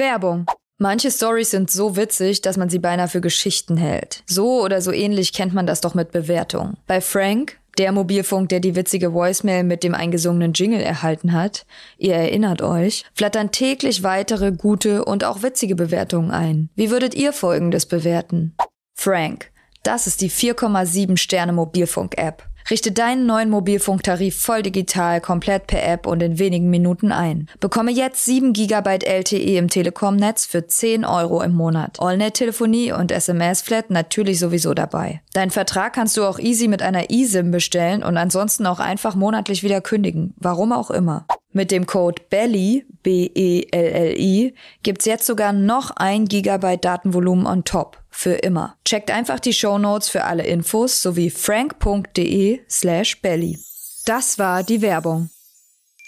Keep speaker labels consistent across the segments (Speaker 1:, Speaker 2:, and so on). Speaker 1: Werbung. Manche Stories sind so witzig, dass man sie beinahe für Geschichten hält. So oder so ähnlich kennt man das doch mit Bewertungen. Bei Frank, der Mobilfunk, der die witzige Voicemail mit dem eingesungenen Jingle erhalten hat, ihr erinnert euch, flattern täglich weitere gute und auch witzige Bewertungen ein. Wie würdet ihr folgendes bewerten? Frank, das ist die 4,7 Sterne Mobilfunk-App. Richte deinen neuen Mobilfunktarif voll digital, komplett per App und in wenigen Minuten ein. Bekomme jetzt 7 GB LTE E im Telekom-Netz für 10 Euro im Monat. Allnet-Telefonie und SMS-Flat natürlich sowieso dabei. Deinen Vertrag kannst du auch easy mit einer eSIM bestellen und ansonsten auch einfach monatlich wieder kündigen. Warum auch immer. Mit dem Code E BELLY, B-E-L-L-I, gibt's jetzt sogar noch ein Gigabyte Datenvolumen on top. Für immer. Checkt einfach die Shownotes für alle Infos sowie frank.de slash belly. Das war die Werbung.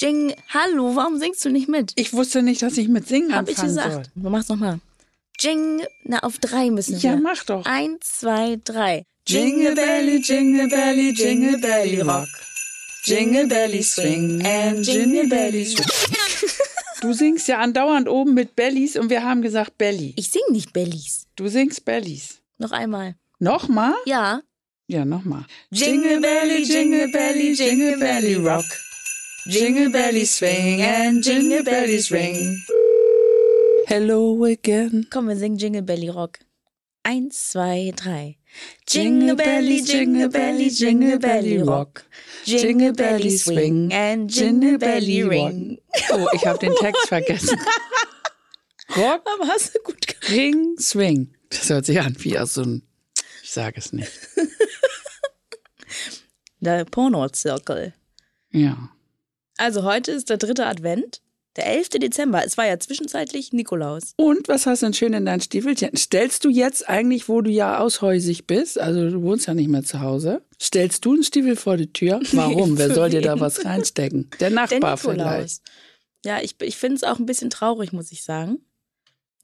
Speaker 2: Jing, hallo, warum singst du nicht mit?
Speaker 3: Ich wusste nicht, dass ich mit Singen
Speaker 2: Hab ich
Speaker 3: anfangen
Speaker 2: gesagt.
Speaker 3: soll.
Speaker 2: Mach's nochmal. Jing, na, auf drei müssen wir.
Speaker 3: Ja, mach doch.
Speaker 2: Eins, zwei, drei.
Speaker 3: Jingle Belly, Jingle Belly, Jingle Belly Rock. Jingle Belly Swing and Jingle Belly Swing. Du singst ja andauernd oben mit Bellies und wir haben gesagt Belly.
Speaker 2: Ich sing nicht Bellies.
Speaker 3: Du singst Bellies.
Speaker 2: Noch einmal.
Speaker 3: Nochmal?
Speaker 2: Ja.
Speaker 3: Ja, nochmal. Jingle Belly, Jingle Belly, Jingle Belly Rock. Jingle Belly Swing and Jingle Bellies Ring. Hello again.
Speaker 2: Komm, wir singen Jingle Belly Rock. Eins, zwei, drei.
Speaker 3: Jingle Belly, Jingle Belly, Jingle Belly Rock. Jingle Belly Swing and Jingle Belly Ring. Oh, ich habe den Text vergessen. Rock,
Speaker 2: Aber hast du gut gemacht.
Speaker 3: Ring, Swing. Das hört sich an wie aus so einem. Ich sage es nicht.
Speaker 2: Der Porno-Circle.
Speaker 3: Ja.
Speaker 2: Also heute ist der dritte Advent, der 11. Dezember. Es war ja zwischenzeitlich Nikolaus.
Speaker 3: Und was hast du denn schön in deinen Stiefelchen? Stellst du jetzt eigentlich, wo du ja aushäusig bist, also du wohnst ja nicht mehr zu Hause, stellst du einen Stiefel vor die Tür? Warum? Wer soll dir da was reinstecken?
Speaker 2: Der
Speaker 3: Der Nachbar vielleicht.
Speaker 2: Nikolaus. Ja, ich, ich finde es auch ein bisschen traurig, muss ich sagen.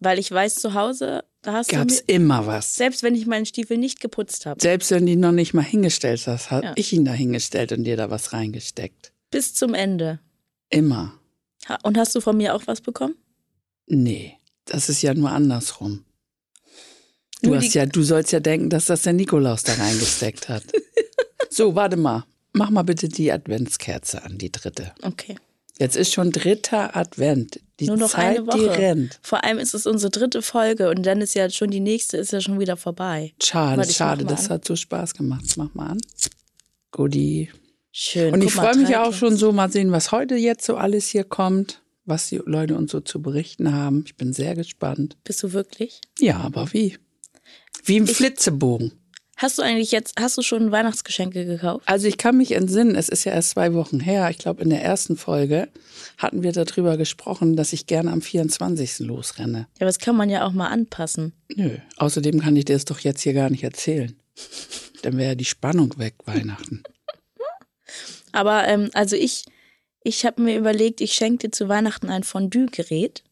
Speaker 2: Weil ich weiß, zu Hause, da hast du
Speaker 3: Gab's
Speaker 2: mir,
Speaker 3: immer was.
Speaker 2: selbst wenn ich meinen Stiefel nicht geputzt habe,
Speaker 3: Selbst wenn du ihn noch nicht mal hingestellt hast, habe
Speaker 2: Ja.
Speaker 3: ich ihn da hingestellt und dir da was reingesteckt.
Speaker 2: bis zum Ende.
Speaker 3: Immer.
Speaker 2: Ha- Und hast du von mir auch was bekommen?
Speaker 3: Nee, das ist ja nur andersrum. Du,
Speaker 2: Nur
Speaker 3: hast
Speaker 2: die-
Speaker 3: ja, du sollst ja denken, dass das der Nikolaus da reingesteckt hat. so, warte mal. Mach mal bitte die Adventskerze an, die dritte.
Speaker 2: Okay.
Speaker 3: Jetzt ist schon dritter Advent. Die
Speaker 2: Nur noch
Speaker 3: Zeit,
Speaker 2: eine Woche.
Speaker 3: die rennt.
Speaker 2: Vor allem ist es unsere dritte Folge und dann ist ja schon die nächste, ist ja schon wieder vorbei.
Speaker 3: Schade,
Speaker 2: Warte, ich
Speaker 3: schade.
Speaker 2: mach mal
Speaker 3: Das
Speaker 2: an.
Speaker 3: hat so Spaß gemacht. Mach mal an. Goodie.
Speaker 2: Schön.
Speaker 3: Und
Speaker 2: Guck
Speaker 3: ich
Speaker 2: mal,
Speaker 3: freue mich
Speaker 2: drei
Speaker 3: auch
Speaker 2: Gläser.
Speaker 3: schon so, mal sehen, was heute jetzt so alles hier kommt, was die Leute uns so zu berichten haben. Ich bin sehr gespannt.
Speaker 2: Bist du wirklich?
Speaker 3: Ja, aber wie? Wie im Flitzebogen.
Speaker 2: Hast du eigentlich jetzt, hast du schon Weihnachtsgeschenke gekauft?
Speaker 3: Also ich kann mich entsinnen, es ist ja erst zwei Wochen her. Ich glaube, in der ersten Folge hatten wir darüber gesprochen, dass ich gerne am 24. losrenne.
Speaker 2: Ja, aber das kann man ja auch mal anpassen.
Speaker 3: Nö. Außerdem kann ich dir das doch jetzt hier gar nicht erzählen. Dann wäre ja die Spannung weg, Weihnachten.
Speaker 2: Aber ähm, also ich, ich habe mir überlegt, ich schenke dir zu Weihnachten ein Fondue-Gerät.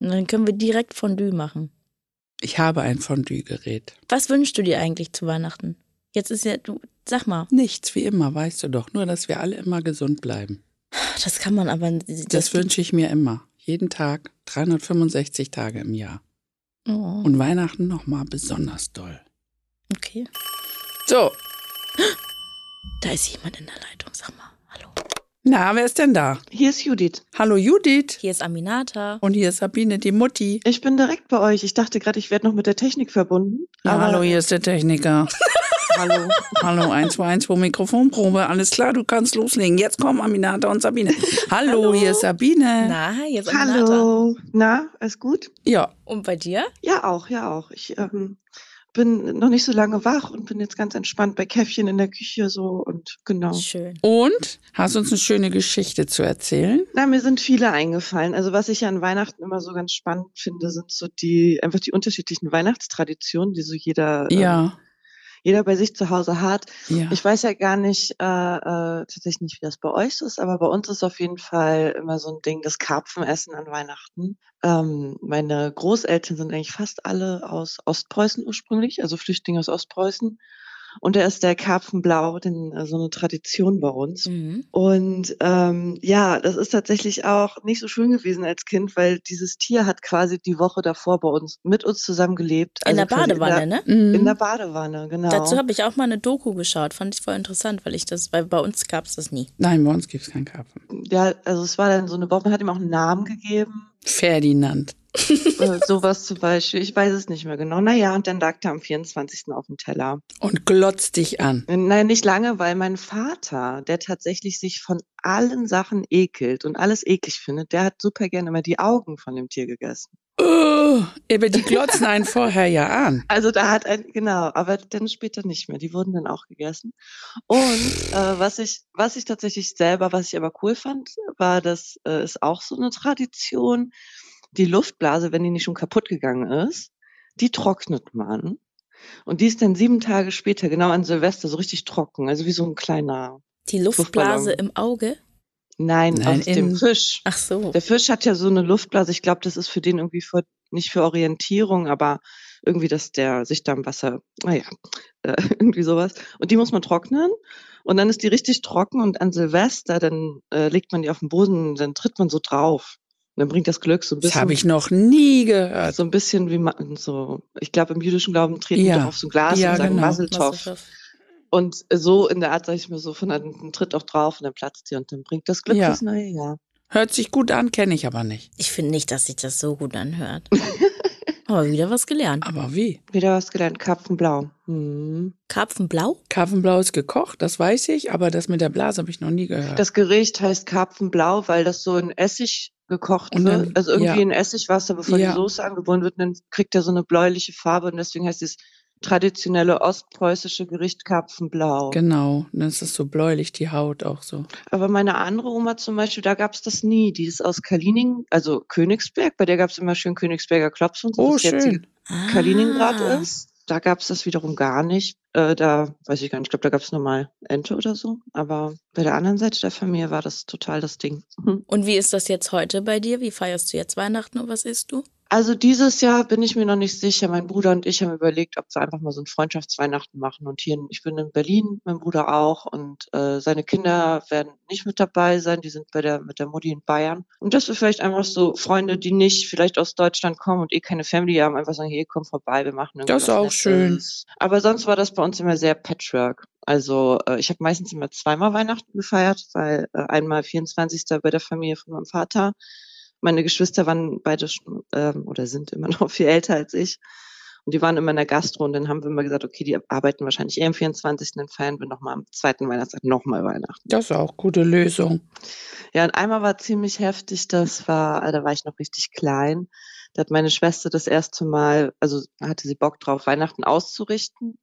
Speaker 2: Und dann können wir direkt Fondue machen.
Speaker 3: Ich habe ein Fondue-Gerät.
Speaker 2: Was wünschst du dir eigentlich zu Weihnachten? Jetzt ist ja, du, sag mal,
Speaker 3: Nichts, wie immer, weißt du doch. Nur, dass wir alle immer gesund bleiben.
Speaker 2: das kann man aber. Das,
Speaker 3: Das wünsche ich mir immer. Jeden Tag, 365 Tage im Jahr.
Speaker 2: Oh,
Speaker 3: Und Weihnachten nochmal besonders doll.
Speaker 2: okay.
Speaker 3: So,
Speaker 2: Da ist jemand in der Leitung, sag mal. Hallo.
Speaker 3: na, wer ist denn da?
Speaker 4: Hier ist Judith.
Speaker 3: Hallo Judith.
Speaker 2: Hier ist Aminata.
Speaker 3: Und hier ist Sabine, die Mutti.
Speaker 4: Ich bin direkt bei euch. Ich dachte gerade, ich werde noch mit der Technik verbunden.
Speaker 3: Ja,
Speaker 4: aber
Speaker 3: hallo, hier ist der Techniker.
Speaker 4: hallo.
Speaker 3: hallo, 122 Mikrofonprobe. Alles klar, du kannst loslegen. Jetzt kommen Aminata und Sabine. Hallo, hier ist Sabine.
Speaker 2: Na, hier ist Aminata.
Speaker 4: hallo. Na, alles gut?
Speaker 3: Ja,
Speaker 2: Und bei dir?
Speaker 4: Ja, auch, ja, auch. Ich ähm, bin noch nicht so lange wach und bin jetzt ganz entspannt bei Käffchen in der Küche so und genau.
Speaker 2: Schön.
Speaker 3: und hast uns eine schöne Geschichte zu erzählen?
Speaker 4: Na, mir sind viele eingefallen. Also was ich ja an Weihnachten immer so ganz spannend finde, sind so die einfach die unterschiedlichen Weihnachtstraditionen, die so jeder ähm,
Speaker 3: Ja,
Speaker 4: jeder bei sich zu Hause hat.
Speaker 3: ja.
Speaker 4: Ich weiß ja gar nicht, äh, äh, tatsächlich nicht, wie das bei euch so ist, aber bei uns ist auf jeden Fall immer so ein Ding, das Karpfenessen an Weihnachten. Ähm, meine Großeltern sind eigentlich fast alle aus Ostpreußen ursprünglich, also Flüchtlinge aus Ostpreußen. Und da ist der Karpfen blau, denn äh, so eine Tradition bei uns.
Speaker 5: Mhm.
Speaker 4: Und ähm, ja, das ist tatsächlich auch nicht so schön gewesen als Kind, weil dieses Tier hat quasi die Woche davor bei uns mit uns zusammen gelebt.
Speaker 5: In der
Speaker 4: Also quasi
Speaker 5: Badewanne, ne?
Speaker 4: In
Speaker 1: Mhm.
Speaker 4: der, in der Badewanne, genau.
Speaker 5: Dazu habe ich auch mal eine Doku geschaut, fand ich voll interessant, weil ich das, weil bei uns gab es das nie.
Speaker 3: Nein, bei uns gibt es keinen Karpfen.
Speaker 4: ja, also es war dann so eine Bombe, man hat ihm auch einen Namen gegeben.
Speaker 3: Ferdinand.
Speaker 4: äh, sowas zum Beispiel. Ich weiß es nicht mehr genau. Naja, und dann lag der am 24. auf dem Teller.
Speaker 3: Und glotzt dich an.
Speaker 4: Nein, nicht lange, weil mein Vater, der tatsächlich sich von allen Sachen ekelt und alles eklig findet, der hat super gerne immer die Augen von dem Tier gegessen.
Speaker 3: Oh, aber die glotzen einen vorher ja an.
Speaker 4: Also da hat ein, genau, aber dann später nicht mehr. Die wurden dann auch gegessen. Und äh, was ich, was ich tatsächlich selber, was ich aber cool fand, war, das äh, ist auch so eine Tradition. Die Luftblase, wenn die nicht schon kaputt gegangen ist, die trocknet man. Und die ist dann sieben Tage später, genau an Silvester, so richtig trocken. Also wie so ein kleiner
Speaker 5: Die Luftblase
Speaker 4: Luftballon.
Speaker 5: im Auge?
Speaker 4: Nein,
Speaker 3: Nein,
Speaker 4: aus dem
Speaker 3: in-
Speaker 4: Fisch.
Speaker 5: Ach so.
Speaker 4: Der Fisch hat ja so eine Luftblase. Ich glaube, das ist für den irgendwie für, nicht für Orientierung, aber irgendwie, dass der sich da im Wasser, naja, äh, irgendwie sowas. Und die muss man trocknen. Und dann ist die richtig trocken und an Silvester, dann äh, legt man die auf den Boden, dann tritt man so drauf. Und dann bringt das Glück so ein
Speaker 3: Das
Speaker 4: bisschen.
Speaker 3: habe ich noch nie gehört.
Speaker 4: So ein bisschen wie man, so, ich glaube, im jüdischen Glauben treten
Speaker 3: Ja.
Speaker 4: wir auf so ein Glas
Speaker 3: Ja,
Speaker 4: und sagen
Speaker 3: genau.
Speaker 4: Maseltoff. Und so in der Art sage ich mir so, von einem Tritt auch drauf und dann platzt die und dann bringt das Glück
Speaker 3: Ja.
Speaker 4: das neue Jahr.
Speaker 3: Hört sich gut an, kenne ich aber nicht.
Speaker 5: Ich finde nicht, dass sich das so gut anhört. Aber wieder was gelernt.
Speaker 3: Aber wie?
Speaker 4: Wieder was gelernt, Karpfenblau. Hm.
Speaker 5: Karpfenblau?
Speaker 3: Karpfenblau ist gekocht, das weiß ich, aber das mit der Blase habe ich noch nie gehört.
Speaker 4: Das Gericht heißt Karpfenblau, weil das so in Essig gekocht
Speaker 3: Und dann-
Speaker 4: wird. Also irgendwie
Speaker 3: ja.
Speaker 4: in Essigwasser, bevor
Speaker 3: Ja.
Speaker 4: die Soße angebunden wird, dann kriegt er so eine bläuliche Farbe und deswegen heißt es traditionelle ostpreußische Gericht Karpfenblau.
Speaker 3: genau, dann ist es so bläulich, die Haut auch so.
Speaker 4: Aber meine andere Oma zum Beispiel, da gab's das nie. Die ist aus Kalining, also Königsberg, bei der gab's immer schön Königsberger Klops und so,
Speaker 3: Oh,
Speaker 4: das jetzige
Speaker 3: schön.
Speaker 4: Kaliningrad
Speaker 5: Ah.
Speaker 4: ist. Da gab's das wiederum gar nicht. Äh, da weiß ich gar nicht, ich glaube, da gab's normal Ente oder so. Aber bei der anderen Seite der Familie war das total das Ding. Mhm.
Speaker 5: Und wie ist das jetzt heute bei dir? Wie feierst du jetzt Weihnachten und was isst du?
Speaker 4: Also dieses Jahr bin ich mir noch nicht sicher. Mein Bruder und ich haben überlegt, ob wir einfach mal so ein Freundschaftsweihnachten machen. Und hier, in- ich bin in Berlin, mein Bruder auch. Und äh, seine Kinder werden nicht mit dabei sein. Die sind bei der, mit der Mutti in Bayern. Und dass wir vielleicht einfach so Freunde, die nicht vielleicht aus Deutschland kommen und eh keine Family haben, einfach sagen, hier, komm vorbei, wir machen irgendwie
Speaker 3: Das ist
Speaker 4: was
Speaker 3: auch
Speaker 4: Nettes.
Speaker 3: schön.
Speaker 4: Aber sonst war das bei uns immer sehr Patchwork. Also äh, ich habe meistens immer zweimal Weihnachten gefeiert, weil äh, einmal 24. bei der Familie von meinem Vater. Meine Geschwister waren beide schon, ähm, oder sind immer noch viel älter als ich. Und die waren immer in der Gastro und dann haben wir immer gesagt, okay, die arbeiten wahrscheinlich eher am 24. Dann feiern wir nochmal am zweiten Weihnachtstag nochmal Weihnachten.
Speaker 3: Das ist auch gute Lösung.
Speaker 4: Ja, und einmal war ziemlich heftig, das war, äh, da war ich noch richtig klein. Da hat meine Schwester das erste Mal, also hatte sie Bock drauf, Weihnachten auszurichten.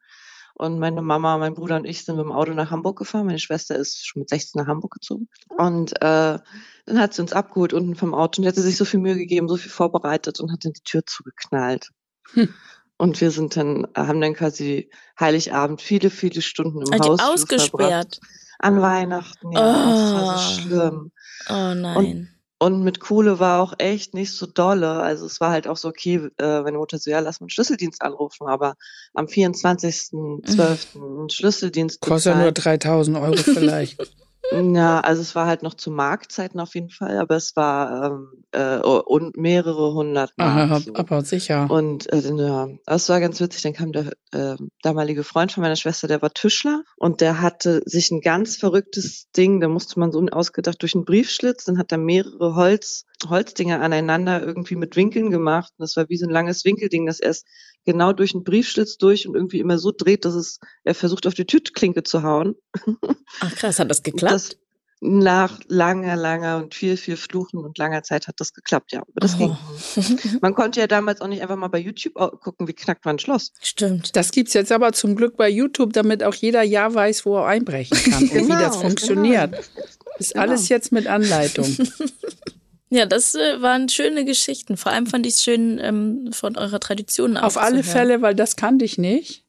Speaker 4: Und meine Mama, mein Bruder und ich sind mit dem Auto nach Hamburg gefahren. Meine Schwester ist schon mit 16 nach Hamburg gezogen. Und äh, dann hat sie uns abgeholt unten vom Auto und die hatte sich so viel Mühe gegeben, so viel vorbereitet und hat dann die Tür zugeknallt.
Speaker 3: Hm.
Speaker 4: Und wir sind dann, äh, haben dann quasi Heiligabend viele, viele Stunden im
Speaker 5: Hat die
Speaker 4: Haus
Speaker 5: ausgesperrt?
Speaker 4: An Weihnachten, ja. Das war so
Speaker 5: Oh.
Speaker 4: schlimm.
Speaker 5: Oh nein.
Speaker 4: Und mit Kohle war auch echt nicht so dolle. Also es war halt auch so, okay, äh, meine Mutter so, ja, lass mal einen Schlüsseldienst anrufen, aber am 24.12. einen Schlüsseldienst
Speaker 3: Mhm. Kostet ja nur
Speaker 4: bezahlen.
Speaker 3: 3000 Euro vielleicht.
Speaker 4: Ja, also es war halt noch zu Marktzeiten auf jeden Fall, aber es war ähm, äh, und mehrere hundert Mark.
Speaker 3: aber,
Speaker 4: Ah, so.
Speaker 3: aber sicher.
Speaker 4: Und äh, dann, ja, das war ganz witzig. Dann kam der äh, damalige Freund von meiner Schwester, der war Tischler und der hatte sich ein ganz verrücktes Ding, da musste man so ausgedacht durch einen Briefschlitz, dann hat er mehrere Holz, Holzdinger aneinander irgendwie mit Winkeln gemacht. Und das war wie so ein langes Winkelding, das erst genau durch einen Briefschlitz durch und irgendwie immer so dreht, dass es, er versucht auf die Türklinke zu hauen.
Speaker 5: Ach krass, hat das geklappt?
Speaker 4: Das, nach langer, langer und viel, viel Fluchen und langer Zeit hat das geklappt, ja. Aber das
Speaker 5: Oh.
Speaker 4: ging. Man konnte ja damals auch nicht einfach mal bei YouTube au- gucken, wie knackt man ein Schloss.
Speaker 5: Stimmt.
Speaker 3: Das gibt's jetzt aber zum Glück bei YouTube, damit auch jeder ja weiß, wo er einbrechen kann und wie
Speaker 4: Genau,
Speaker 3: das funktioniert. Ist
Speaker 4: Genau.
Speaker 3: alles jetzt mit Anleitung.
Speaker 5: Ja, das äh, waren schöne Geschichten. Vor allem fand ich es schön, ähm, von eurer Tradition
Speaker 3: Auf alle
Speaker 5: aufzuhören.
Speaker 3: Fälle, weil das kannte ich nicht.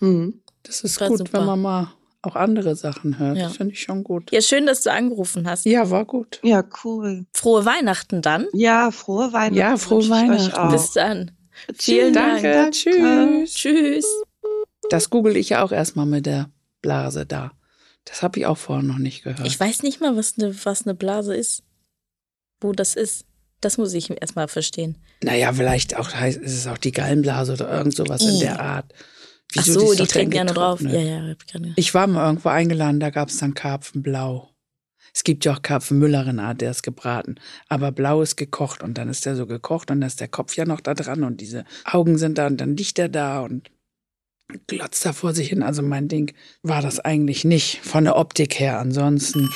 Speaker 4: Mhm.
Speaker 3: Das ist
Speaker 5: War
Speaker 3: gut,
Speaker 5: super.
Speaker 3: wenn man mal auch andere Sachen hört.
Speaker 5: Ja.
Speaker 3: Das finde ich schon gut.
Speaker 5: Ja, schön, dass du angerufen hast.
Speaker 3: Ja, war gut.
Speaker 4: Ja, cool.
Speaker 5: Frohe Weihnachten dann.
Speaker 4: Ja, frohe Weihnachten.
Speaker 3: Ja, frohe
Speaker 4: wünsche ich euch
Speaker 3: Weihnachten.
Speaker 4: auch.
Speaker 5: Bis dann. vielen Dank.
Speaker 3: Danke, tschüss.
Speaker 5: Tschüss.
Speaker 3: Das google ich ja auch erstmal mit der Blase da. Das habe ich auch vorher noch nicht gehört.
Speaker 5: Ich weiß nicht mal, was eine was ne Blase ist. Wo das ist. Das muss ich erstmal verstehen.
Speaker 3: naja, vielleicht auch heißt, ist es auch die Gallenblase oder irgend sowas in
Speaker 5: Ih.
Speaker 3: der Art.
Speaker 5: Ach
Speaker 3: Wieso,
Speaker 5: so,
Speaker 3: ist
Speaker 5: die
Speaker 3: doch
Speaker 5: trinken
Speaker 3: dann
Speaker 5: gerne drauf.
Speaker 3: getrocknet.
Speaker 5: Ja, ja, hab ich gerne.
Speaker 3: Ich war mal irgendwo eingeladen, da gab es dann Karpfenblau. Es gibt ja auch Karpfenmüllerin, ah, der ist gebraten. Aber blau ist gekocht und dann ist der so gekocht und dann ist der Kopf ja noch da dran und diese Augen sind da und dann liegt er da und glotzt da vor sich hin. Also mein Ding war das eigentlich nicht von der Optik her. Ansonsten,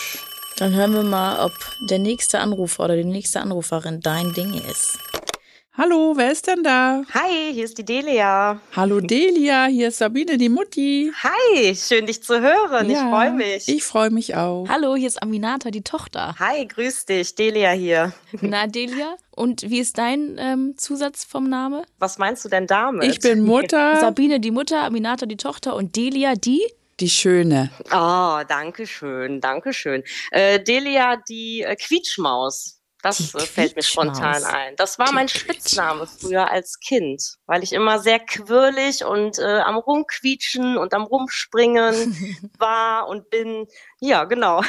Speaker 5: Dann hören wir mal, ob der nächste Anrufer oder die nächste Anruferin dein Ding ist.
Speaker 3: hallo, wer ist denn da?
Speaker 6: Hi, hier ist die Delia.
Speaker 3: Hallo Delia, hier ist Sabine, die Mutti.
Speaker 6: Hi, schön dich zu hören. ich
Speaker 3: Ja,
Speaker 6: freue mich.
Speaker 3: Ich freue mich auch.
Speaker 2: Hallo, hier ist Aminata, die Tochter.
Speaker 6: Hi, grüß dich, Delia hier.
Speaker 2: Na, Delia, und wie ist dein ähm, Zusatz vom Name?
Speaker 6: Was meinst du denn damit?
Speaker 3: Ich bin Mutter,
Speaker 2: Sabine, die Mutter, Aminata, die Tochter und Delia, die?
Speaker 3: die Schöne.
Speaker 6: Oh, danke schön, danke schön. Äh, Delia, die äh, Quietschmaus. Das
Speaker 2: Die
Speaker 6: äh, fällt mir
Speaker 2: Quietschmaus.
Speaker 6: spontan ein. Das war
Speaker 2: Die
Speaker 6: mein Spitzname früher als Kind, weil ich immer sehr quirlig und äh, am Rumquietschen und am Rumspringen war und bin. Ja, genau.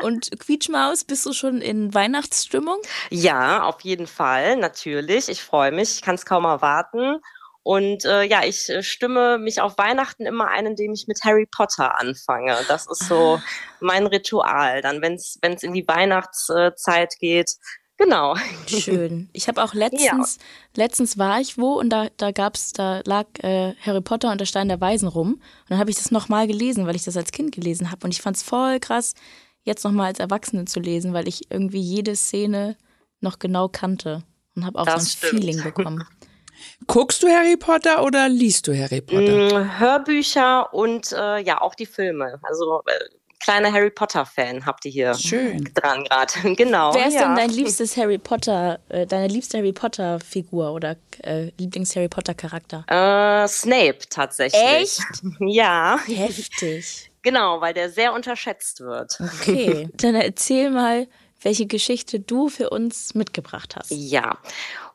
Speaker 2: Und Quietschmaus, bist du schon in Weihnachtsstimmung?
Speaker 6: Ja, auf jeden Fall, natürlich. Ich freue mich, ich kann es kaum erwarten. Und äh, ja, ich äh, stimme mich auf Weihnachten immer ein, indem ich mit Harry Potter anfange. Das ist so
Speaker 2: Ah.
Speaker 6: mein Ritual. Dann, wenn es in die Weihnachtszeit geht. Genau.
Speaker 2: Schön. Ich habe auch letztens, letztens war ich wo und da, da gab's, da lag äh, Harry Potter und der Stein der Weisen rum. Und dann habe ich das nochmal gelesen, weil ich das als Kind gelesen habe. Und ich fand's voll krass, jetzt nochmal als Erwachsene zu lesen, weil ich irgendwie jede Szene noch genau kannte und habe auch
Speaker 6: Das
Speaker 2: so ein
Speaker 6: stimmt.
Speaker 2: Feeling bekommen.
Speaker 3: Guckst du Harry Potter oder liest du Harry Potter?
Speaker 6: Mm, Hörbücher und äh, ja, auch die Filme. Also äh, kleiner Harry Potter-Fan habt ihr hier
Speaker 3: Schön.
Speaker 6: dran gerade. Genau.
Speaker 2: Wer ist
Speaker 6: ja.
Speaker 2: denn dein liebstes Harry Potter, äh, deine liebste Harry Potter Figur oder äh, Lieblings Harry Potter Charakter?
Speaker 6: Äh, Snape tatsächlich. Ja,
Speaker 2: Heftig.
Speaker 6: genau, weil der sehr unterschätzt wird.
Speaker 2: Okay, dann erzähl mal, welche Geschichte du für uns mitgebracht hast.
Speaker 6: Ja,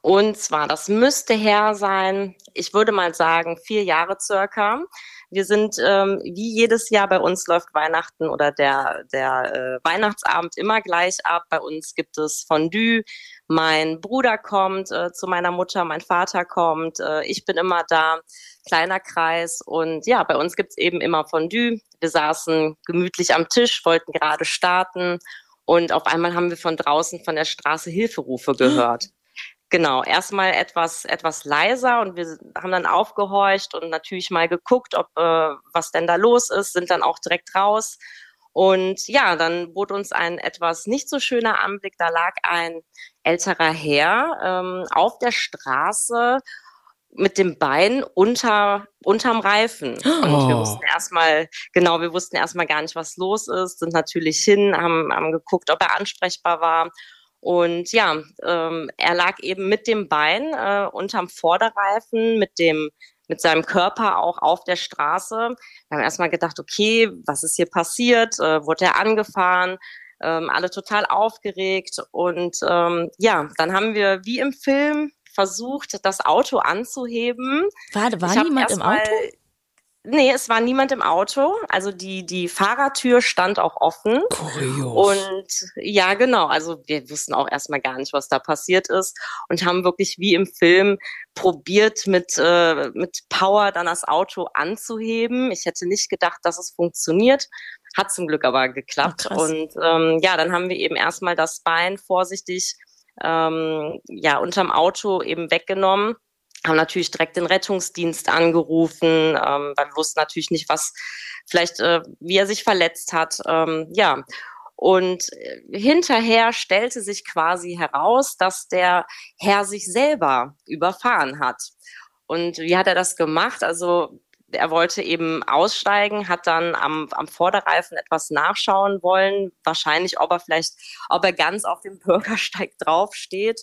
Speaker 6: und zwar, das müsste her sein, ich würde mal sagen, vier Jahre circa. Wir sind, ähm, wie jedes Jahr bei uns läuft Weihnachten oder der, der äh, Weihnachtsabend immer gleich ab. Bei uns gibt es Fondue. Mein Bruder kommt äh, zu meiner Mutter, mein Vater kommt, äh, ich bin immer da, kleiner Kreis. Und ja, bei uns gibt's eben immer Fondue. Wir saßen gemütlich am Tisch, wollten gerade starten. Und auf einmal haben wir von draußen von der Straße Hilferufe gehört. Genau, erstmal etwas, etwas leiser und wir haben dann aufgehorcht und natürlich mal geguckt, ob äh, was denn da los ist, sind dann auch direkt raus. Und ja, dann bot uns ein etwas nicht so schöner Anblick. Da lag ein älterer Herr ähm, auf der Straße mit dem Bein unter, unterm Reifen. Und wir
Speaker 3: Oh.
Speaker 6: wussten erstmal, genau, wir wussten erstmal gar nicht, was los ist, sind natürlich hin, haben, haben geguckt, ob er ansprechbar war. Und ja, ähm, er lag eben mit dem Bein äh, unterm Vorderreifen, mit dem mit seinem Körper auch auf der Straße. Wir haben erstmal gedacht, okay, was ist hier passiert? Äh, wurde er angefahren? Ähm, alle total aufgeregt. Und ähm, ja, dann haben wir wie im Film versucht, das Auto anzuheben.
Speaker 2: War, war
Speaker 6: Ich hab
Speaker 2: niemand im
Speaker 6: erstmal-
Speaker 2: Auto?
Speaker 6: Nee, es war niemand im Auto. Also die, die Fahrertür stand auch offen.
Speaker 3: Kurios.
Speaker 6: Und ja, genau. Also wir wussten auch erstmal gar nicht, was da passiert ist und haben wirklich wie im Film probiert, mit, äh, mit Power dann das Auto anzuheben. Ich hätte nicht gedacht, dass es funktioniert. Hat zum Glück aber geklappt.
Speaker 2: Ach, krass.
Speaker 6: und ähm, ja, dann haben wir eben erstmal das Bein vorsichtig ähm, ja, unterm Auto eben weggenommen. Haben natürlich direkt den Rettungsdienst angerufen, ähm, weil wir wussten natürlich nicht, was vielleicht, äh, wie er sich verletzt hat. Ähm, ja, und äh, hinterher stellte sich quasi heraus, dass der Herr sich selber überfahren hat. Und wie hat er das gemacht? Also er wollte eben aussteigen, hat dann am, am Vorderreifen etwas nachschauen wollen, wahrscheinlich, ob er vielleicht, ob er ganz auf dem Bürgersteig draufsteht.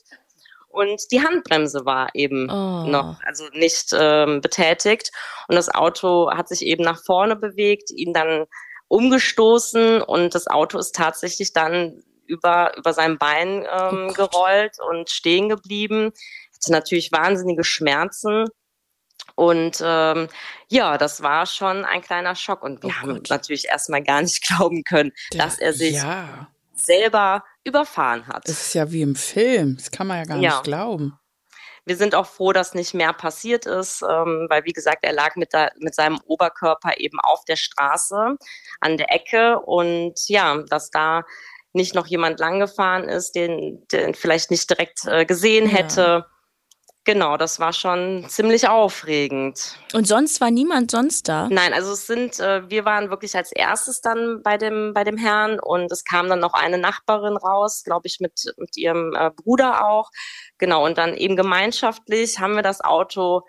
Speaker 6: Und die Handbremse war eben
Speaker 2: Oh.
Speaker 6: noch, also nicht ähm, betätigt. Und das Auto hat sich eben nach vorne bewegt, ihn dann umgestoßen und das Auto ist tatsächlich dann über, über sein Bein ähm,
Speaker 2: Oh Gott.
Speaker 6: gerollt und stehen geblieben. Hatte natürlich wahnsinnige Schmerzen. Und ähm, ja, das war schon ein kleiner Schock. Und
Speaker 2: Oh
Speaker 6: wir haben natürlich erstmal gar nicht glauben können, dass er sich
Speaker 3: Ja,
Speaker 6: selber überfahren hat.
Speaker 3: es ist ja wie im Film. Das kann man ja gar
Speaker 6: Ja.
Speaker 3: nicht glauben.
Speaker 6: Wir sind auch froh, dass nicht mehr passiert ist, ähm, weil wie gesagt, er lag mit, der, mit seinem Oberkörper eben auf der Straße an der Ecke und ja, dass da nicht noch jemand langgefahren ist, den, den vielleicht nicht direkt äh, gesehen
Speaker 2: Ja.
Speaker 6: hätte. Genau, das war schon ziemlich aufregend.
Speaker 2: Und sonst war niemand sonst da.
Speaker 6: Nein, also es sind, äh, wir waren wirklich als erstes dann bei dem, bei dem Herrn und es kam dann noch eine Nachbarin raus, glaube ich, mit, mit ihrem äh, Bruder auch. Genau, und dann eben gemeinschaftlich haben wir das Auto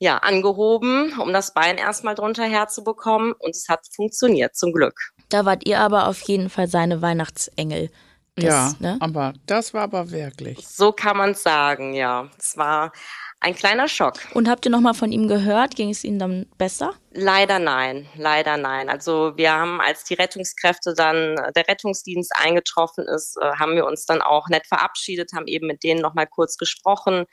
Speaker 6: ja angehoben, um das Bein erstmal drunter herzubekommen und es hat funktioniert, zum Glück.
Speaker 2: Da wart ihr aber auf jeden Fall seine Weihnachtsengel. Das,
Speaker 3: ja,
Speaker 2: ne?
Speaker 3: aber das war aber wirklich.
Speaker 6: So kann man sagen, ja. Es war ein kleiner Schock.
Speaker 2: Und habt ihr nochmal von ihm gehört? Ging es ihm dann besser?
Speaker 6: Leider nein, leider nein. Also wir haben, als die Rettungskräfte dann, äh, der Rettungsdienst eingetroffen ist, äh, haben wir uns dann auch nett verabschiedet, haben eben mit denen nochmal kurz gesprochen,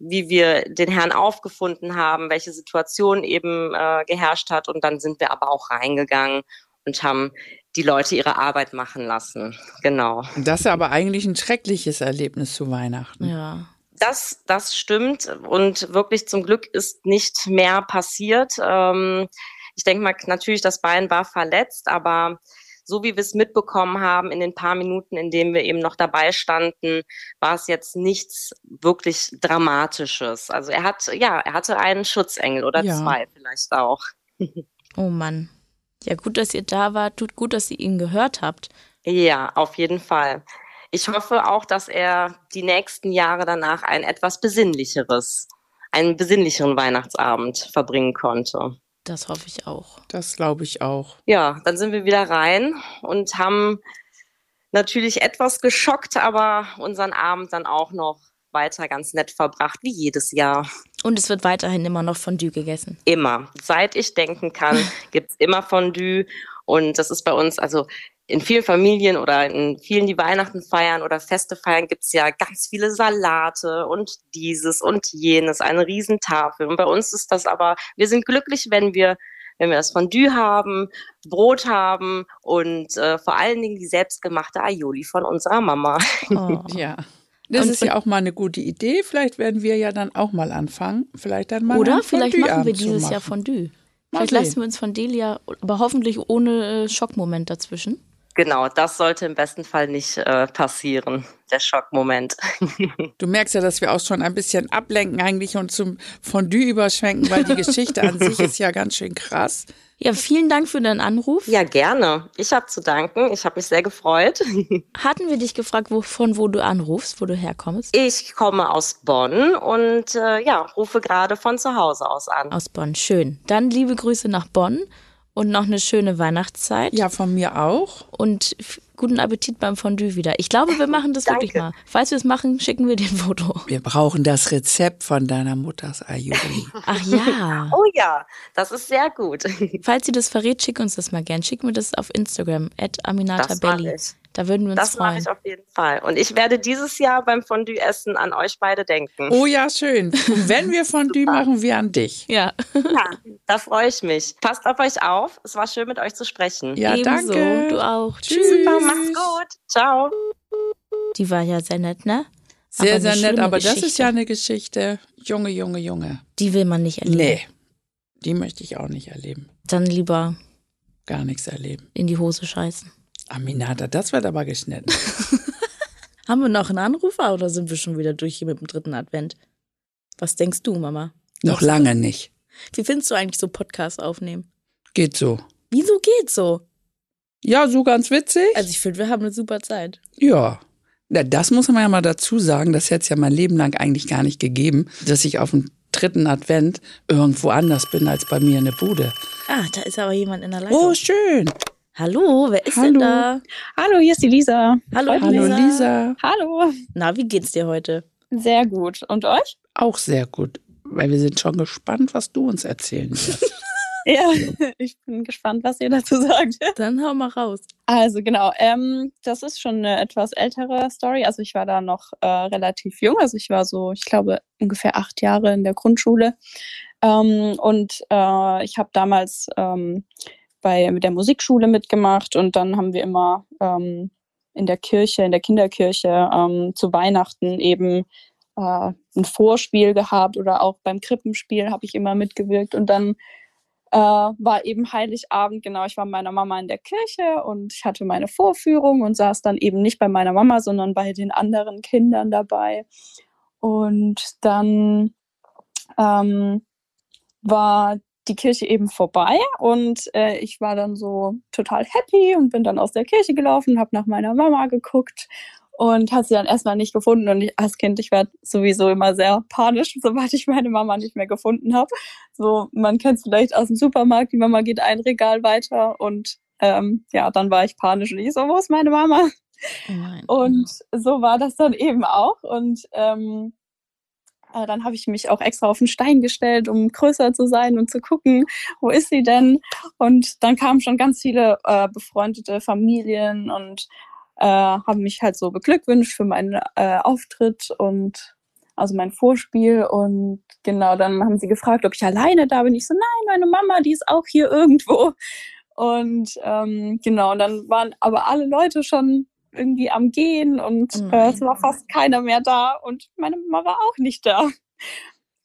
Speaker 6: wie wir den Herrn aufgefunden haben, welche Situation eben äh, geherrscht hat. Und dann sind wir aber auch reingegangen und haben die Leute ihre Arbeit machen lassen. Genau.
Speaker 3: Und Das ist aber eigentlich ein schreckliches Erlebnis zu Weihnachten.
Speaker 2: Ja.
Speaker 6: Das, das stimmt und wirklich zum Glück ist nicht mehr passiert. Ähm, ich denke mal, natürlich, das Bein war verletzt, aber so wie wir es mitbekommen haben in den paar Minuten, in denen wir eben noch dabei standen, war es jetzt nichts wirklich Dramatisches. Also er hat, ja, er hatte einen Schutzengel oder
Speaker 3: Ja.
Speaker 6: zwei vielleicht auch.
Speaker 2: Oh Mann. Ja, gut, dass ihr da wart. Tut gut, dass ihr ihn gehört habt.
Speaker 6: Ja, auf jeden Fall. Ich hoffe auch, dass er die nächsten Jahre danach ein etwas besinnlicheres, einen besinnlicheren Weihnachtsabend verbringen konnte.
Speaker 2: Das hoffe ich auch.
Speaker 3: Das glaube ich auch.
Speaker 6: Ja, dann sind wir wieder rein und haben natürlich etwas geschockt, aber unseren Abend dann auch noch weiter ganz nett verbracht, wie jedes Jahr.
Speaker 2: Und es wird weiterhin immer noch Fondue gegessen.
Speaker 6: Immer. Seit ich denken kann, gibt's immer Fondue. Und das ist bei uns, also in vielen Familien oder in vielen, die Weihnachten feiern oder Feste feiern, gibt's ja ganz viele Salate und dieses und jenes, eine Riesentafel. Und bei uns ist das aber, wir sind glücklich, wenn wir, wenn wir das Fondue haben, Brot haben und äh, vor allen Dingen die selbstgemachte Aioli von unserer Mama.
Speaker 2: Oh.
Speaker 3: Ja. Das
Speaker 2: Und-
Speaker 3: ist ja auch mal eine gute Idee. Vielleicht werden wir ja dann auch mal anfangen. Vielleicht dann mal
Speaker 2: Oh. Oder
Speaker 3: einen
Speaker 2: vielleicht machen wir
Speaker 3: Fondue-Abend zu
Speaker 2: dieses
Speaker 3: machen.
Speaker 2: Jahr Fondue.
Speaker 3: Mal
Speaker 2: Vielleicht lassen
Speaker 3: sehen.
Speaker 2: wir uns von Delia, aber hoffentlich ohne äh, Schockmoment dazwischen.
Speaker 6: Genau, das sollte im besten Fall nicht äh, passieren, der Schockmoment.
Speaker 3: Du merkst ja, dass wir auch schon ein bisschen ablenken eigentlich und zum Fondue überschwenken, weil die Geschichte an sich ist ja ganz schön krass.
Speaker 2: Ja, vielen Dank für deinen Anruf.
Speaker 6: Ja, gerne. Ich habe zu danken. Ich habe mich sehr gefreut.
Speaker 2: Hatten wir dich gefragt, wo, von wo du anrufst, wo du herkommst?
Speaker 6: Ich komme aus Bonn und äh, ja, rufe gerade von zu Hause aus an.
Speaker 2: Aus Bonn. Schön. Dann liebe Grüße nach Bonn und noch eine schöne Weihnachtszeit.
Speaker 3: Ja, von mir auch.
Speaker 2: Und f- guten Appetit beim Fondue wieder. Ich glaube, wir machen das wirklich mal. Falls wir es machen, schicken wir dir ein Foto.
Speaker 3: Wir brauchen das Rezept von deiner Mutters Aioli.
Speaker 2: Ach ja.
Speaker 6: Oh ja, das ist sehr gut.
Speaker 2: Falls ihr das verrät, schick uns das mal gern. Schick mir das auf Instagram, at
Speaker 6: Das mache
Speaker 2: aminatabelli.
Speaker 6: ich.
Speaker 2: Da würden wir uns
Speaker 6: Das mache
Speaker 2: freuen.
Speaker 6: ich auf jeden Fall. Und ich werde dieses Jahr beim Fondue-Essen an euch beide denken.
Speaker 3: Oh ja, schön. Und wenn wir Fondue machen, wir an dich.
Speaker 2: Ja,
Speaker 6: Ja, da freue ich mich. Passt auf euch auf. Es war schön, mit euch zu sprechen.
Speaker 3: Ja,
Speaker 2: ebenso.
Speaker 3: danke.
Speaker 2: Du auch.
Speaker 3: Tschüss.
Speaker 6: Super, macht's gut. Ciao.
Speaker 2: Die war ja sehr nett, ne?
Speaker 3: Sehr,
Speaker 2: Aber
Speaker 3: sehr
Speaker 2: eine
Speaker 3: nett,
Speaker 2: schlimme
Speaker 3: aber das ist
Speaker 2: Geschichte.
Speaker 3: ja eine Geschichte. Junge, Junge, Junge.
Speaker 2: Die will man nicht erleben.
Speaker 3: Nee, die möchte ich auch nicht erleben.
Speaker 2: Dann lieber
Speaker 3: Gar nichts erleben.
Speaker 2: in die Hose scheißen.
Speaker 3: Aminata, das wird aber geschnitten.
Speaker 5: Haben wir noch einen Anrufer oder sind wir schon wieder durch hier mit dem dritten Advent? Was denkst du, Mama?
Speaker 3: Noch lange nicht.
Speaker 5: Wie findest du eigentlich so Podcasts aufnehmen?
Speaker 3: Geht so.
Speaker 5: Wieso geht's so?
Speaker 3: Ja, so ganz witzig.
Speaker 5: Also ich finde, wir haben eine super Zeit.
Speaker 3: Ja. Na, das muss man ja mal dazu sagen, das hätte es ja mein Leben lang eigentlich gar nicht gegeben, dass ich auf dem dritten Advent irgendwo anders bin als bei mir in der Bude.
Speaker 5: Ah, da ist aber jemand in der Leitung.
Speaker 3: Oh, schön.
Speaker 5: Hallo, wer ist denn
Speaker 3: Hallo.
Speaker 5: da?
Speaker 7: Hallo, hier ist die Lisa.
Speaker 5: Hallo,
Speaker 3: Hallo Lisa.
Speaker 7: Hallo.
Speaker 5: Na, wie geht's dir heute?
Speaker 7: Sehr gut. Und euch?
Speaker 3: Auch sehr gut, weil wir sind schon gespannt, was du uns erzählen wirst.
Speaker 7: Ja, ich bin gespannt, was ihr dazu sagt.
Speaker 5: Dann hau mal raus.
Speaker 7: Also genau, ähm, das ist schon eine etwas ältere Story. Also ich war da noch äh, relativ jung. Also ich war so, ich glaube, ungefähr acht Jahre in der Grundschule. Ähm, und äh, ich habe damals ähm, bei mit der Musikschule mitgemacht und dann haben wir immer ähm, in der Kirche, in der Kinderkirche ähm, zu Weihnachten eben äh, ein Vorspiel gehabt oder auch beim Krippenspiel habe ich immer mitgewirkt und dann äh, war eben Heiligabend, genau, ich war mit meiner Mama in der Kirche und ich hatte meine Vorführung und saß dann eben nicht bei meiner Mama, sondern bei den anderen Kindern dabei. Und dann ähm, war die Kirche eben vorbei und äh, ich war dann so total happy und bin dann aus der Kirche gelaufen, habe nach meiner Mama geguckt und hat sie dann erstmal nicht gefunden. Und ich, als Kind, ich werde sowieso immer sehr panisch, sobald ich meine Mama nicht mehr gefunden habe. So, man kennt es vielleicht aus dem Supermarkt, die Mama geht ein Regal weiter und ähm, ja, dann war ich panisch und ich so, wo ist meine Mama?
Speaker 5: Oh
Speaker 2: Nein.
Speaker 7: Und so war das dann eben auch. Und ähm, äh, dann habe ich mich auch extra auf den Stein gestellt, um größer zu sein und zu gucken, wo ist sie denn? Und dann kamen schon ganz viele äh, befreundete Familien und äh, haben mich halt so beglückwünscht für meinen äh, Auftritt und also mein Vorspiel. Und genau, dann haben sie gefragt, ob ich alleine da bin. Ich so, nein, meine Mama, die ist auch hier irgendwo. Und ähm, genau, und dann waren aber alle Leute schon irgendwie am Gehen und äh, es war fast keiner mehr da und meine Mama war auch nicht da.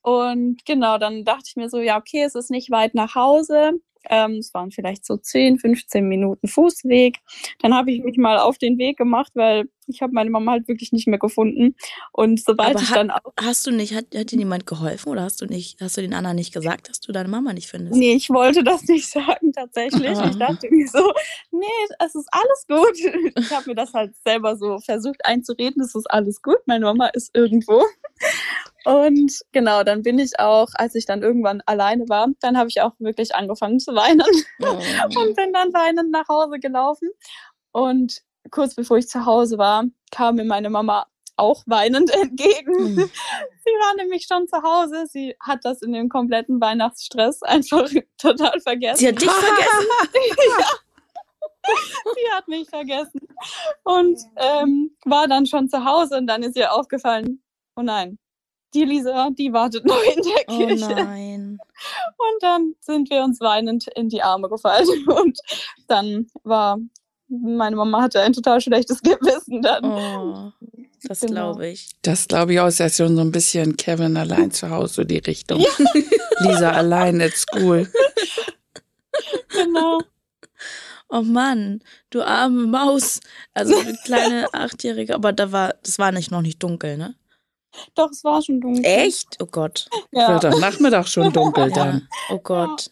Speaker 7: Und genau, dann dachte ich mir so, ja, okay, es ist nicht weit nach Hause. Ähm, es waren vielleicht so 10, 15 Minuten Fußweg. Dann habe ich mich mal auf den Weg gemacht, weil ich habe meine Mama halt wirklich nicht mehr gefunden. Und sobald
Speaker 2: Aber
Speaker 7: ich
Speaker 2: hat-
Speaker 7: dann auch
Speaker 2: Hast du nicht, hat, hat dir niemand geholfen oder hast du nicht, hast du den anderen nicht gesagt, dass du deine Mama nicht findest?
Speaker 7: Nee, ich wollte das nicht sagen tatsächlich. Ich dachte mir so, nee, es ist alles gut. Ich habe mir das halt selber so versucht einzureden, es ist alles gut, meine Mama ist irgendwo. Und genau, dann bin ich auch, als ich dann irgendwann alleine war, dann habe ich auch wirklich angefangen zu weinen und bin dann weinend nach Hause gelaufen. Und kurz bevor ich zu Hause war, kam mir meine Mama auch weinend entgegen.
Speaker 2: Mhm.
Speaker 7: Sie war nämlich schon zu Hause. Sie hat das in dem kompletten Weihnachtsstress einfach total vergessen.
Speaker 2: Sie hat dich vergessen.
Speaker 7: Sie hat mich vergessen. Und ähm, war dann schon zu Hause und dann ist ihr aufgefallen, oh nein, die Lisa, die wartet noch in der
Speaker 2: Oh
Speaker 7: Kirche.
Speaker 2: nein.
Speaker 7: Und dann sind wir uns weinend in die Arme gefallen. Und dann war, meine Mama hatte ein total schlechtes Gewissen dann.
Speaker 2: Oh, das
Speaker 7: Genau.
Speaker 2: glaube ich.
Speaker 3: Das glaube ich auch, ist ja schon so ein bisschen Kevin allein zu Hause, so die Richtung. Lisa allein at school.
Speaker 7: Genau.
Speaker 2: Oh Mann, du arme Maus. Also eine kleine Achtjährige, aber da war, das war nicht noch nicht dunkel, ne?
Speaker 7: Doch, es war schon dunkel.
Speaker 2: Echt? Oh Gott.
Speaker 7: Ja.
Speaker 3: Wird am Nachmittag schon dunkel
Speaker 2: Ja.
Speaker 3: dann.
Speaker 2: Oh Gott.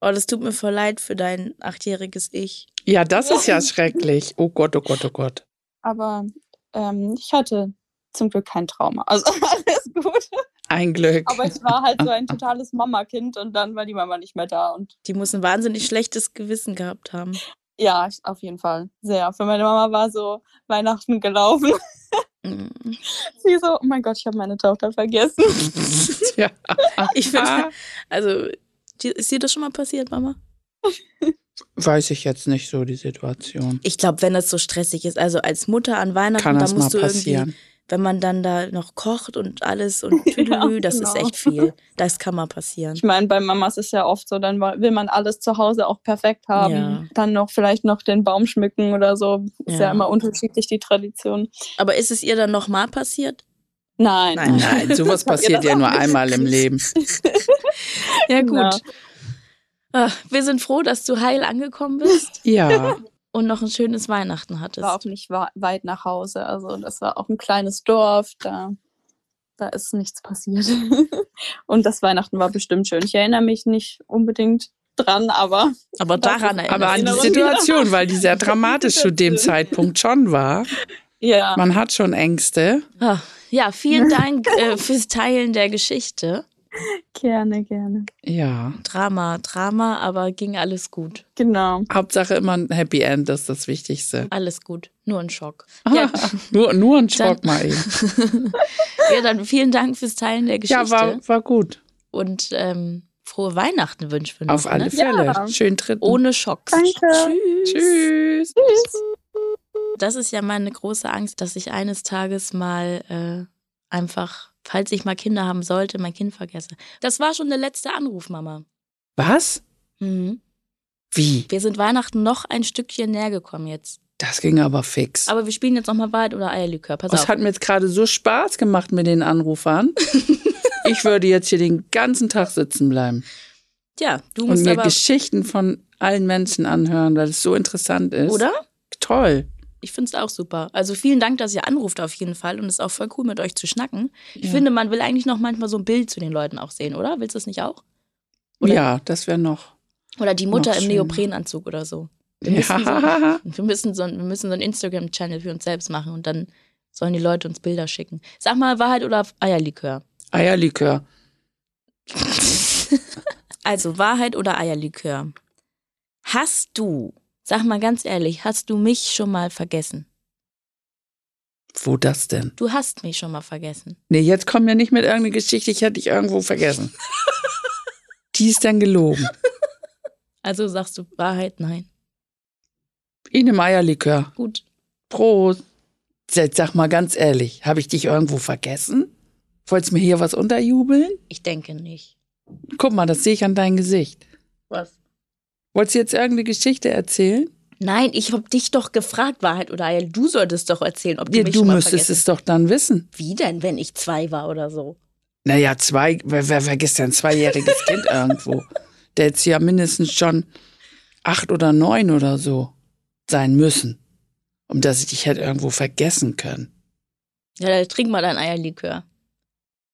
Speaker 2: Oh, das tut mir voll leid für dein achtjähriges Ich.
Speaker 3: Ja, das ist ja schrecklich. Oh Gott, oh Gott, oh Gott.
Speaker 7: Aber ähm, ich hatte zum Glück kein Trauma. Also alles gut.
Speaker 3: Ein Glück.
Speaker 7: Aber ich war halt so ein totales Mamakind und dann war die Mama nicht mehr da. Und
Speaker 2: Die muss ein wahnsinnig schlechtes Gewissen gehabt haben.
Speaker 7: ja, ich- auf jeden Fall. Sehr. Für meine Mama war so Weihnachten gelaufen.
Speaker 2: Mm.
Speaker 7: Sie so, oh mein Gott, ich habe meine Tochter vergessen.
Speaker 3: Tja.
Speaker 2: Ich finde, also, die- ist dir das schon mal passiert, Mama?
Speaker 3: Weiß ich jetzt nicht so die Situation.
Speaker 2: Ich glaube, wenn das so stressig ist, also als Mutter an Weihnachten,
Speaker 3: Kann
Speaker 2: da
Speaker 3: das mal
Speaker 2: musst du irgendwie,
Speaker 3: passieren.
Speaker 2: wenn man dann da noch kocht und alles und tüdelü,
Speaker 7: Ja,
Speaker 2: das ist
Speaker 7: genau.
Speaker 2: echt viel. Das kann mal passieren.
Speaker 7: Ich meine, bei Mamas ist ja oft so, dann will man alles zu Hause auch perfekt haben.
Speaker 2: Ja.
Speaker 7: Dann noch vielleicht noch den Baum schmücken oder so. Ist ja,
Speaker 2: Ja.
Speaker 7: immer unterschiedlich die Tradition.
Speaker 2: Aber ist es ihr dann nochmal passiert?
Speaker 7: Nein.
Speaker 2: Nein.
Speaker 3: Nein, sowas
Speaker 7: Habt ihr
Speaker 3: passiert
Speaker 7: das
Speaker 3: ja
Speaker 7: auch
Speaker 3: nur
Speaker 7: nicht?
Speaker 3: einmal im Leben.
Speaker 2: Ja, gut.
Speaker 7: Genau.
Speaker 2: Ah, wir sind froh, dass du heil angekommen bist
Speaker 3: Ja,
Speaker 2: und noch ein schönes Weihnachten hattest.
Speaker 7: War auch nicht wa- weit nach Hause. Also das war auch ein kleines Dorf. Da, da ist nichts passiert. Und das Weihnachten war bestimmt schön. Ich erinnere mich nicht unbericht dran, aber
Speaker 2: Aber
Speaker 7: Das
Speaker 2: daran erinnert
Speaker 3: aber an die
Speaker 7: Erinnerung.
Speaker 3: Situation, weil die sehr dramatisch zu dem
Speaker 7: Situation.
Speaker 3: Zeitpunkt schon war.
Speaker 7: ja.
Speaker 3: Man hat schon Ängste.
Speaker 2: Ah, Ja, vielen Dank äh, fürs Teilen der Geschichte.
Speaker 7: Gerne, gerne.
Speaker 3: Ja,
Speaker 2: Drama, Drama, aber ging alles gut.
Speaker 7: Genau.
Speaker 3: Hauptsache immer ein Happy End, das ist das Wichtigste.
Speaker 2: Alles gut. Nur ein Schock. Ja,
Speaker 3: Nur, nur ein Schock
Speaker 2: Dann-
Speaker 3: mal eben.
Speaker 2: ja dann vielen Dank fürs Teilen der Geschichte.
Speaker 3: Ja, war, war gut.
Speaker 2: und ähm, frohe Weihnachten wünschen wir noch.
Speaker 3: Auf alle
Speaker 2: ne?
Speaker 3: Fälle.
Speaker 7: Ja.
Speaker 3: Schön dritten.
Speaker 2: Ohne Schocks.
Speaker 7: Danke.
Speaker 2: Tschüss.
Speaker 3: Tschüss.
Speaker 2: Das ist ja meine große Angst, dass ich eines Tages mal äh, einfach, falls ich mal Kinder haben sollte, mein Kind vergesse. Das war schon der letzte Anruf, Mama.
Speaker 3: Was?
Speaker 2: Mhm.
Speaker 3: Wie?
Speaker 2: Wir sind Weihnachten noch ein Stückchen näher gekommen jetzt.
Speaker 3: Das ging aber fix.
Speaker 2: Aber wir spielen jetzt nochmal weit oder Eierlikör. Pass
Speaker 3: Das
Speaker 2: auf.
Speaker 3: hat mir jetzt gerade so Spaß gemacht mit den Anrufern. ich würde jetzt hier den ganzen Tag sitzen bleiben
Speaker 2: Tja, du
Speaker 3: und
Speaker 2: musst
Speaker 3: mir
Speaker 2: aber.
Speaker 3: Geschichten von allen Menschen anhören, weil es so interessant ist.
Speaker 2: Oder?
Speaker 3: Toll.
Speaker 2: Ich finde es auch super. Also vielen Dank, dass ihr anruft auf jeden Fall und es ist auch voll cool mit euch zu schnacken. Ich finde, man will eigentlich noch manchmal so ein Bild zu den Leuten auch sehen, oder? Willst du es nicht auch? Oder-
Speaker 3: Ja, das wäre noch.
Speaker 2: Oder die Mutter
Speaker 3: Noch
Speaker 2: im
Speaker 3: schöner.
Speaker 2: Neoprenanzug oder so. Wir müssen so,
Speaker 3: Ja.
Speaker 2: wir müssen so, ein- wir müssen so einen Instagram-Channel für uns selbst machen und dann sollen die Leute uns Bilder schicken. Sag mal Wahrheit oder Eierlikör.
Speaker 3: Eierlikör.
Speaker 2: Also Wahrheit oder Eierlikör. Hast du, sag mal ganz ehrlich, hast du mich schon mal vergessen?
Speaker 3: Wo das denn?
Speaker 2: Du hast mich schon mal vergessen.
Speaker 3: Nee, jetzt komm mir nicht mit irgendeiner Geschichte, ich hätte dich irgendwo vergessen. Die ist dann gelogen.
Speaker 2: Also sagst du Wahrheit? Nein.
Speaker 3: In dem Eierlikör.
Speaker 2: Gut.
Speaker 3: Prost. Jetzt sag mal ganz ehrlich, habe ich dich irgendwo vergessen? Wolltest mir hier was unterjubeln?
Speaker 2: Ich denke nicht.
Speaker 3: Guck mal, das sehe ich an deinem Gesicht.
Speaker 2: Was?
Speaker 3: Wolltest du jetzt irgendeine Geschichte erzählen?
Speaker 2: Nein, ich habe dich doch gefragt, Wahrheit oder Eierlikör. Du solltest doch erzählen, ob du
Speaker 3: Ja,
Speaker 2: mich
Speaker 3: du
Speaker 2: schon mal
Speaker 3: müsstest
Speaker 2: vergessen
Speaker 3: es doch dann wissen.
Speaker 2: Wie denn, wenn ich zwei war oder so?
Speaker 3: Naja, zwei, wer, wer vergisst denn ein zweijähriges Kind irgendwo? Der jetzt ja mindestens schon acht oder neun oder so sein müssen, um dass ich dich hätte irgendwo vergessen können.
Speaker 2: Ja, dann trink mal dein Eierlikör.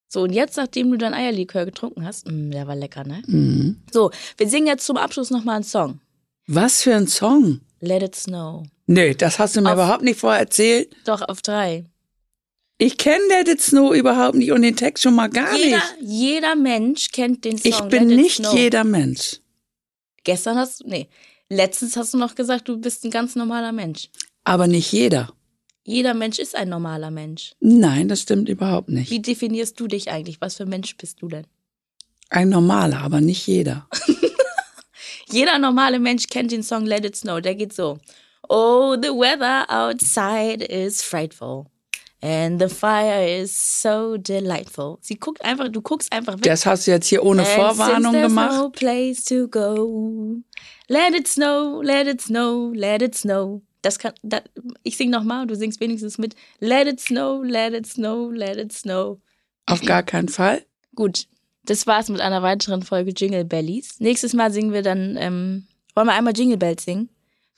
Speaker 2: So, und jetzt, nachdem du dein Eierlikör getrunken hast, mh, der war lecker, ne?
Speaker 3: Mhm.
Speaker 2: So, wir singen jetzt zum Abschluss nochmal einen Song.
Speaker 3: Was für ein Song?
Speaker 2: Let it snow.
Speaker 3: Nee, das hast du mir
Speaker 2: Auf-
Speaker 3: überhaupt nicht vorher erzählt.
Speaker 2: Doch, auf drei.
Speaker 3: Ich kenne Let It Snow überhaupt nicht und den Text schon mal gar
Speaker 2: Jeder,
Speaker 3: nicht.
Speaker 2: jeder Mensch kennt den Song.
Speaker 3: Ich bin
Speaker 2: Let it
Speaker 3: nicht
Speaker 2: snow.
Speaker 3: jeder Mensch.
Speaker 2: Gestern hast du, nee, letztens hast du noch gesagt, du bist ein ganz normaler Mensch.
Speaker 3: Aber nicht jeder.
Speaker 2: Jeder Mensch ist ein normaler Mensch.
Speaker 3: Nein, das stimmt überhaupt nicht.
Speaker 2: Wie definierst du dich eigentlich? Was für ein Mensch bist du denn?
Speaker 3: Ein normaler, aber nicht jeder.
Speaker 2: Jeder normale Mensch kennt den Song Let It Snow. Der geht so. Oh, the weather outside is frightful. And the fire is so delightful. Sie guckt einfach, du guckst einfach weg.
Speaker 3: Das hast du jetzt hier ohne
Speaker 2: And since
Speaker 3: Vorwarnung
Speaker 2: there's
Speaker 3: gemacht.
Speaker 2: No place to go. Let it snow, let it snow, let it snow. Das kann, da, ich sing nochmal und du singst wenigstens mit. Let it snow, let it snow, let it snow.
Speaker 3: Auf gar keinen Fall.
Speaker 2: Gut, das war's mit einer weiteren Folge Jingle Bellies. Nächstes Mal singen wir dann, ähm, wollen wir einmal Jingle Bells singen?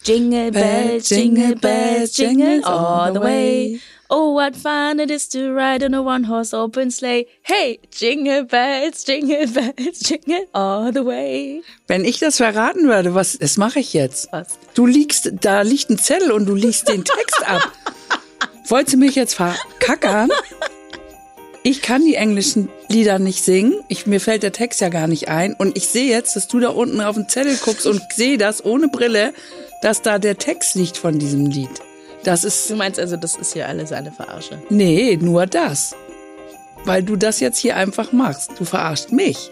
Speaker 2: Jingle Bells, Jingle Bells, Jingle all the way. Oh, what fun it is to ride in a one-horse open sleigh. Hey, Jingle Bells, Jingle Bells, Jingle all the way.
Speaker 3: Wenn ich das verraten würde, was, das mache ich jetzt.
Speaker 2: Was?
Speaker 3: Du liegst, da liegt ein Zettel und du liest den Text ab. Wolltest du mich jetzt verkackern? Ich kann die englischen Lieder nicht singen. Ich, mir fällt der Text ja gar nicht ein. Und ich sehe jetzt, dass du da unten auf den Zettel guckst und sehe das ohne Brille, dass da der Text liegt von diesem Lied. Das ist,
Speaker 2: Du meinst also, das ist hier alles eine Verarsche.
Speaker 3: nee, nur das. Weil du das jetzt hier einfach machst. Du verarscht mich.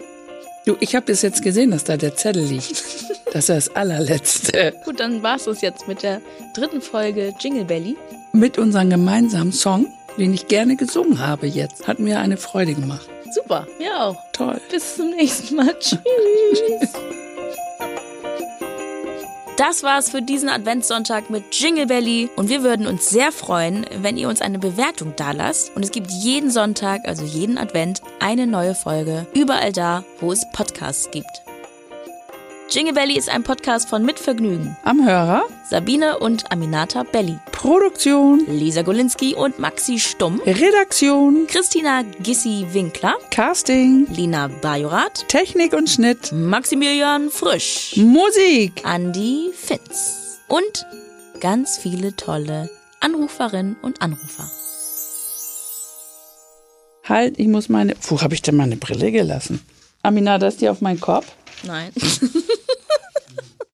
Speaker 3: Du, ich habe das jetzt gesehen, dass da der Zettel liegt. Das ist das allerletzte.
Speaker 2: Gut, dann war's das jetzt mit der dritten Folge Jingle Belly.
Speaker 3: mit unserem gemeinsamen Song, den ich gerne gesungen habe jetzt. Hat mir eine Freude gemacht.
Speaker 2: Super, mir auch.
Speaker 3: Toll.
Speaker 2: Bis zum nächsten Mal. Tschüss. Das war's für diesen Adventssonntag mit Jingle Belly und wir würden uns sehr freuen, wenn ihr uns eine Bewertung dalasst. Und es gibt jeden Sonntag, also jeden Advent, eine neue Folge überall da, wo es Podcasts gibt. Jingle Belly ist ein Podcast von Mitvergnügen.
Speaker 3: Am Hörer,
Speaker 2: Sabine und Aminata Belli,
Speaker 3: Produktion,
Speaker 2: Lisa Golinski und Maxi Stumm,
Speaker 3: Redaktion,
Speaker 2: Christina Gissi Winkler,
Speaker 3: Casting,
Speaker 2: Lena Bajorat,
Speaker 3: Technik und Schnitt,
Speaker 2: Maximilian Frisch.
Speaker 3: Musik.
Speaker 2: Andi Finz und ganz viele tolle Anruferinnen und Anrufer.
Speaker 3: Halt, ich muss meine. Wo habe ich denn meine Brille gelassen? Amina, da ist die auf meinen Kopf.
Speaker 2: Nein.